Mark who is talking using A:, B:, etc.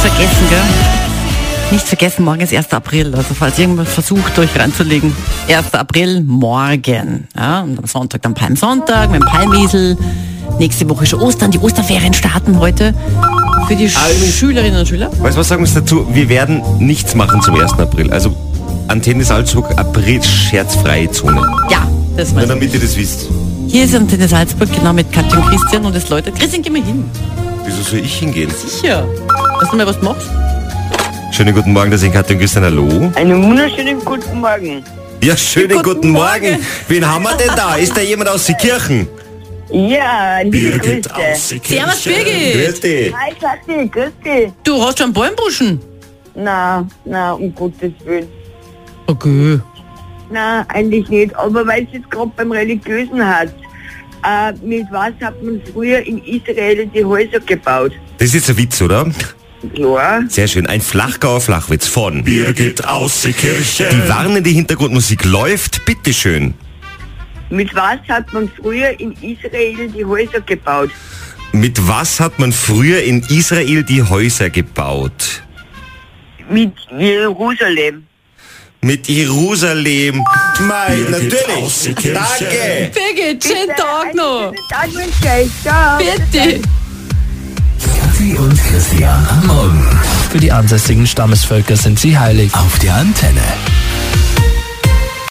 A: vergessen, gell? Nicht vergessen, morgen ist 1. April. Also falls irgendwas versucht, euch reinzulegen, 1. April morgen. Ja, und am Sonntag dann Palmsonntag mit dem Palmwiesel. Nächste Woche ist Ostern. Die Osterferien starten heute für die
B: Alles-
A: Schülerinnen und Schüler.
B: Weißt du, was sagen wir dazu? Wir werden nichts machen zum 1. April. Also Antenne Salzburg, April, scherzfreie Zone.
A: Ja, das
B: Nur
A: meine ich.
B: damit ihr das wisst.
A: Hier ist Antenne Salzburg, genau mit Katja und Christian und das Leute. Christian, geh mal hin.
B: Wieso soll ich hingehen?
A: Sicher. Dass du mal was machst?
B: Schönen guten Morgen, das sind Katja und Christian. Hallo.
C: Einen wunderschönen guten Morgen.
B: Ja, schönen
A: Guten
B: guten, Morgen. Wen haben wir denn da? Ist da jemand aus der Kirchen?
C: Ja, liebe Grüße.
B: der
A: Servus, Birgit.
B: Grüß dich.
C: Hi Kathi, grüß dich.
A: Du hast schon einen Bäumbuschen.
C: Na, na, um Gottes Willen.
A: Okay.
C: Na, eigentlich nicht. Aber weil es jetzt gerade beim Religiösen hat. Äh, mit was hat man früher in Israel die Häuser gebaut?
B: Das ist jetzt ein Witz, oder?
C: Klar.
B: Sehr schön. Ein Flachgauer Flachwitz von Birgit aus der Kirche. Die warnende Hintergrundmusik läuft. Bitteschön.
C: Mit was hat man früher in Israel die Häuser gebaut?
B: Mit was hat man früher in Israel die Häuser gebaut?
C: Mit Jerusalem.
B: Mit Jerusalem. Nein, natürlich. Danke.
A: Birgit, schönen Tag noch.
C: Einen schönen Tag wünsche ich. Ciao.
A: Bitte.
D: Kathi und Christian am Morgen.
E: Für die ansässigen Stammesvölker sind sie heilig.
D: Auf der Antenne.